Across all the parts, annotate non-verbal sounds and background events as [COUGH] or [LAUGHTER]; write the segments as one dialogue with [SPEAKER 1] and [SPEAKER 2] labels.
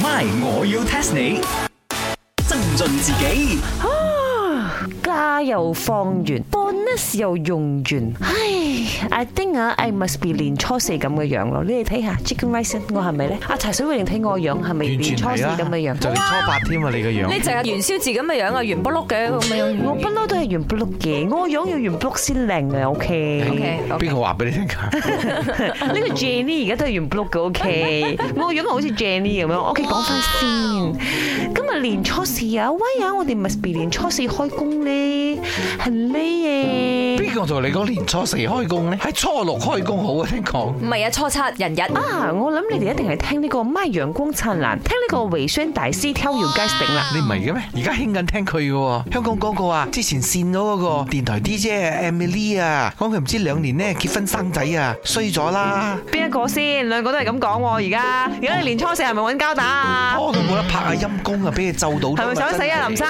[SPEAKER 1] My，我要 test 你。增進自己
[SPEAKER 2] 假又放完，bonus 又用完，唉，I think 啊，I must be 年初四咁嘅樣咯。你哋睇下 Chicken Rice，我係咪咧？阿茶水榮睇我個樣係咪
[SPEAKER 3] 完
[SPEAKER 2] 年
[SPEAKER 3] 全
[SPEAKER 2] 初
[SPEAKER 3] 係
[SPEAKER 2] 四
[SPEAKER 3] 啦，
[SPEAKER 2] 咁嘅樣？
[SPEAKER 3] 就連初八添啊！你個
[SPEAKER 4] 你
[SPEAKER 3] 樣，
[SPEAKER 4] 淨係元宵節咁嘅樣啊，圓卜碌嘅咁嘅樣。
[SPEAKER 2] 我不嬲都係圓碌嘅，我個樣要圓碌先靚嘅，OK。
[SPEAKER 4] OK，OK
[SPEAKER 3] 邊個話俾你聽㗎？
[SPEAKER 2] 呢個 Jenny 而家都係圓碌嘅，OK。我個
[SPEAKER 3] [LAUGHS]
[SPEAKER 2] 樣好似 Jenny 咁樣，OK。講翻先，今日年初四啊，喂啊，我哋 must be 年初四開工咧，係呢嘢。
[SPEAKER 3] [LAUGHS] 邊個同你講年初四開工咧？喺初六開工好啊！聽講
[SPEAKER 4] 唔係啊，初七人日。
[SPEAKER 2] 啊！我諗你哋一定係聽呢、個咩陽光燦爛，聽呢個維宣大師挑搖街食 [LAUGHS] 定啦。
[SPEAKER 3] 你唔係嘅咩？而家興緊聽佢嘅喎，香港嗰個啊，之前線咗嗰個電台 DJ 啊 Emily 啊，講佢唔知兩年咧結婚生仔啊，衰咗啦，
[SPEAKER 2] 邊一個先？兩個都係咁講喎。而家而家你年初四係咪揾 [LAUGHS] 膠打啊？
[SPEAKER 3] 拖到冇得拍啊，陰公啊，俾佢咒到。
[SPEAKER 2] 係咪想死啊， [LAUGHS] 林生？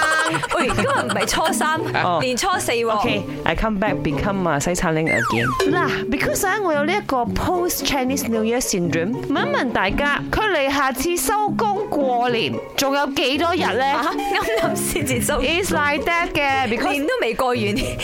[SPEAKER 4] 喂，今日唔係初三
[SPEAKER 2] 哦，
[SPEAKER 4] 年初四喎。
[SPEAKER 2] OK，I come back become 啊西餐拎 again。嗱，because 啊我有呢一個 post Chinese New Year syndrome，問一問大家，距離下次收工過年仲有幾多日 [LAUGHS] 咧
[SPEAKER 4] 啊，啱啱先至收，
[SPEAKER 2] ？It's like that 嘅，because [LAUGHS]
[SPEAKER 4] 年都未過完。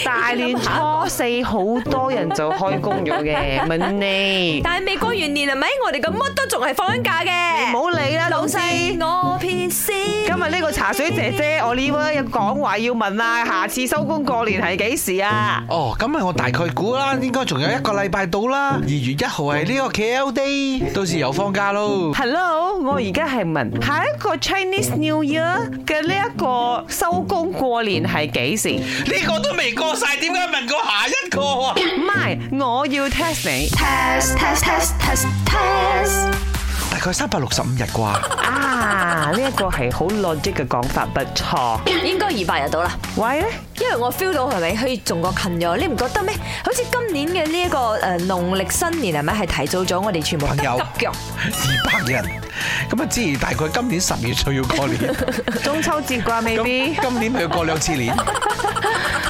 [SPEAKER 2] 大
[SPEAKER 4] [LAUGHS]
[SPEAKER 2] 年初四好多人就開工咗 [LAUGHS] 嘅，問你。
[SPEAKER 4] 但係未過完年係咪？我哋個乜都仲係放緊假嘅。
[SPEAKER 2] 唔好理啦，老
[SPEAKER 4] 老
[SPEAKER 2] 師。
[SPEAKER 4] 細，我 P C。
[SPEAKER 2] 今日呢個茶水姐姐，我呢位有講話要問啊，下次收工過年係幾時啊？
[SPEAKER 3] 哦，咁咪我大概估啦，應該仲有一個禮拜到啦。二月一號係呢個 KL Day，到時又放假咯。
[SPEAKER 2] Hello，我而家係問下一個 Chinese New Year 嘅呢一個收工過年係幾時？
[SPEAKER 3] 呢個都未過晒，點解問過下一個啊？
[SPEAKER 2] 唔係，我要 test 你
[SPEAKER 5] test test test test test
[SPEAKER 3] 大概三百六十五日啩。
[SPEAKER 2] [LAUGHS] 啊！呢一個係好 logic 嘅講法，不錯。
[SPEAKER 4] 應該二百日到啦，
[SPEAKER 2] 喂咧，
[SPEAKER 4] 因為我 feel 到係咪佢仲過近咗？你唔覺得咩？好似今年嘅呢一個誒農曆新年係咪係提早咗？我哋全部
[SPEAKER 3] 朋友
[SPEAKER 4] 急急腳。
[SPEAKER 3] 二百人，咁啊，之前大概今年十月就要過年，
[SPEAKER 2] 中秋節啩未必。
[SPEAKER 3] 咁今年咪要過兩次年，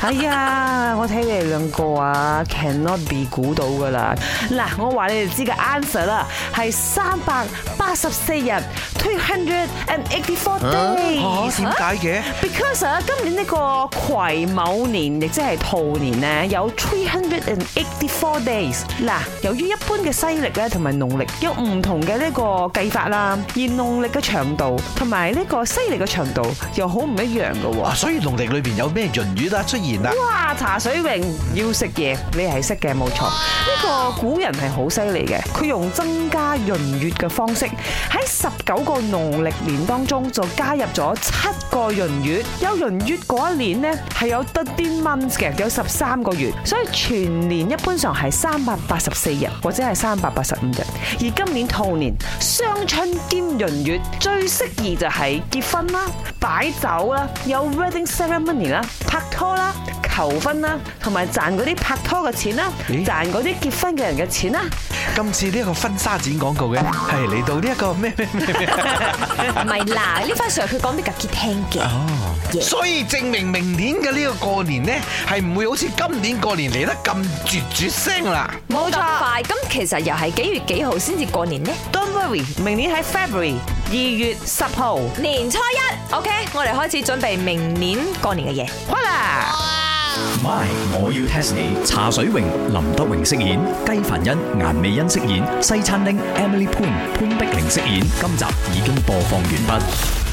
[SPEAKER 2] 哎呀，我睇你哋兩個啊，cannot be 估到噶啦。嗱，我話你哋知嘅 answer 啦，係三百八十四日，two hundred and eighty four 哎
[SPEAKER 3] 哦，
[SPEAKER 2] days
[SPEAKER 3] 點。解嘅？
[SPEAKER 2] Because 啊，今年呢個癸卯年，亦即係兔年咧，有 three hundred and eighty four days。嗱，由於一般嘅西歷咧同埋農曆有唔同嘅呢個計法啦，而農曆嘅長度同埋呢個西歷嘅長度又好唔一樣嘅喎
[SPEAKER 3] 哇！。啊所以農曆裏邊有咩閏月啊出現啊？
[SPEAKER 2] 哇！茶水榮要食嘢，你係識嘅冇錯。呢個古人係好犀利嘅，佢用增加閏月嘅方式喺十九個農曆年當中就加入咗七個閏月。有閏月嗰一年呢，係有 thirteen months 嘅，有十三個月，所以全年一般上係三百八十四日或者係三百八十五日。而今年兔年雙春兼閏月，最適宜就係結婚啦、擺酒啦、有 wedding ceremony 啦、拍拖啦。求婚啦，同埋賺嗰啲拍拖嘅錢啦，
[SPEAKER 3] 咦
[SPEAKER 2] 賺嗰啲結婚嘅人嘅錢啦。
[SPEAKER 3] 今次呢一個婚紗展廣告嘅係嚟到呢一個咩咩咩咩，
[SPEAKER 4] 唔係啦，呢番 Sir 佢講俾格杰聽嘅。
[SPEAKER 3] 哦所以證明明年嘅呢個過年呢，係唔會好似今年過年嚟得咁絕絕聲啦。
[SPEAKER 4] 冇錯，快咁其實又係幾月幾號先至過年呢？
[SPEAKER 2] Don't worry，明年喺 February 二月十號，
[SPEAKER 4] 年初一，OK，我哋開始準備明年過年嘅嘢。
[SPEAKER 2] 開啦！
[SPEAKER 1] ，My，我要 test 你。茶水榮、林德榮飾演，雞凡欣、顏美欣飾演，西餐廳 Emily Poon 潘碧玲飾演。今集已經播放完畢。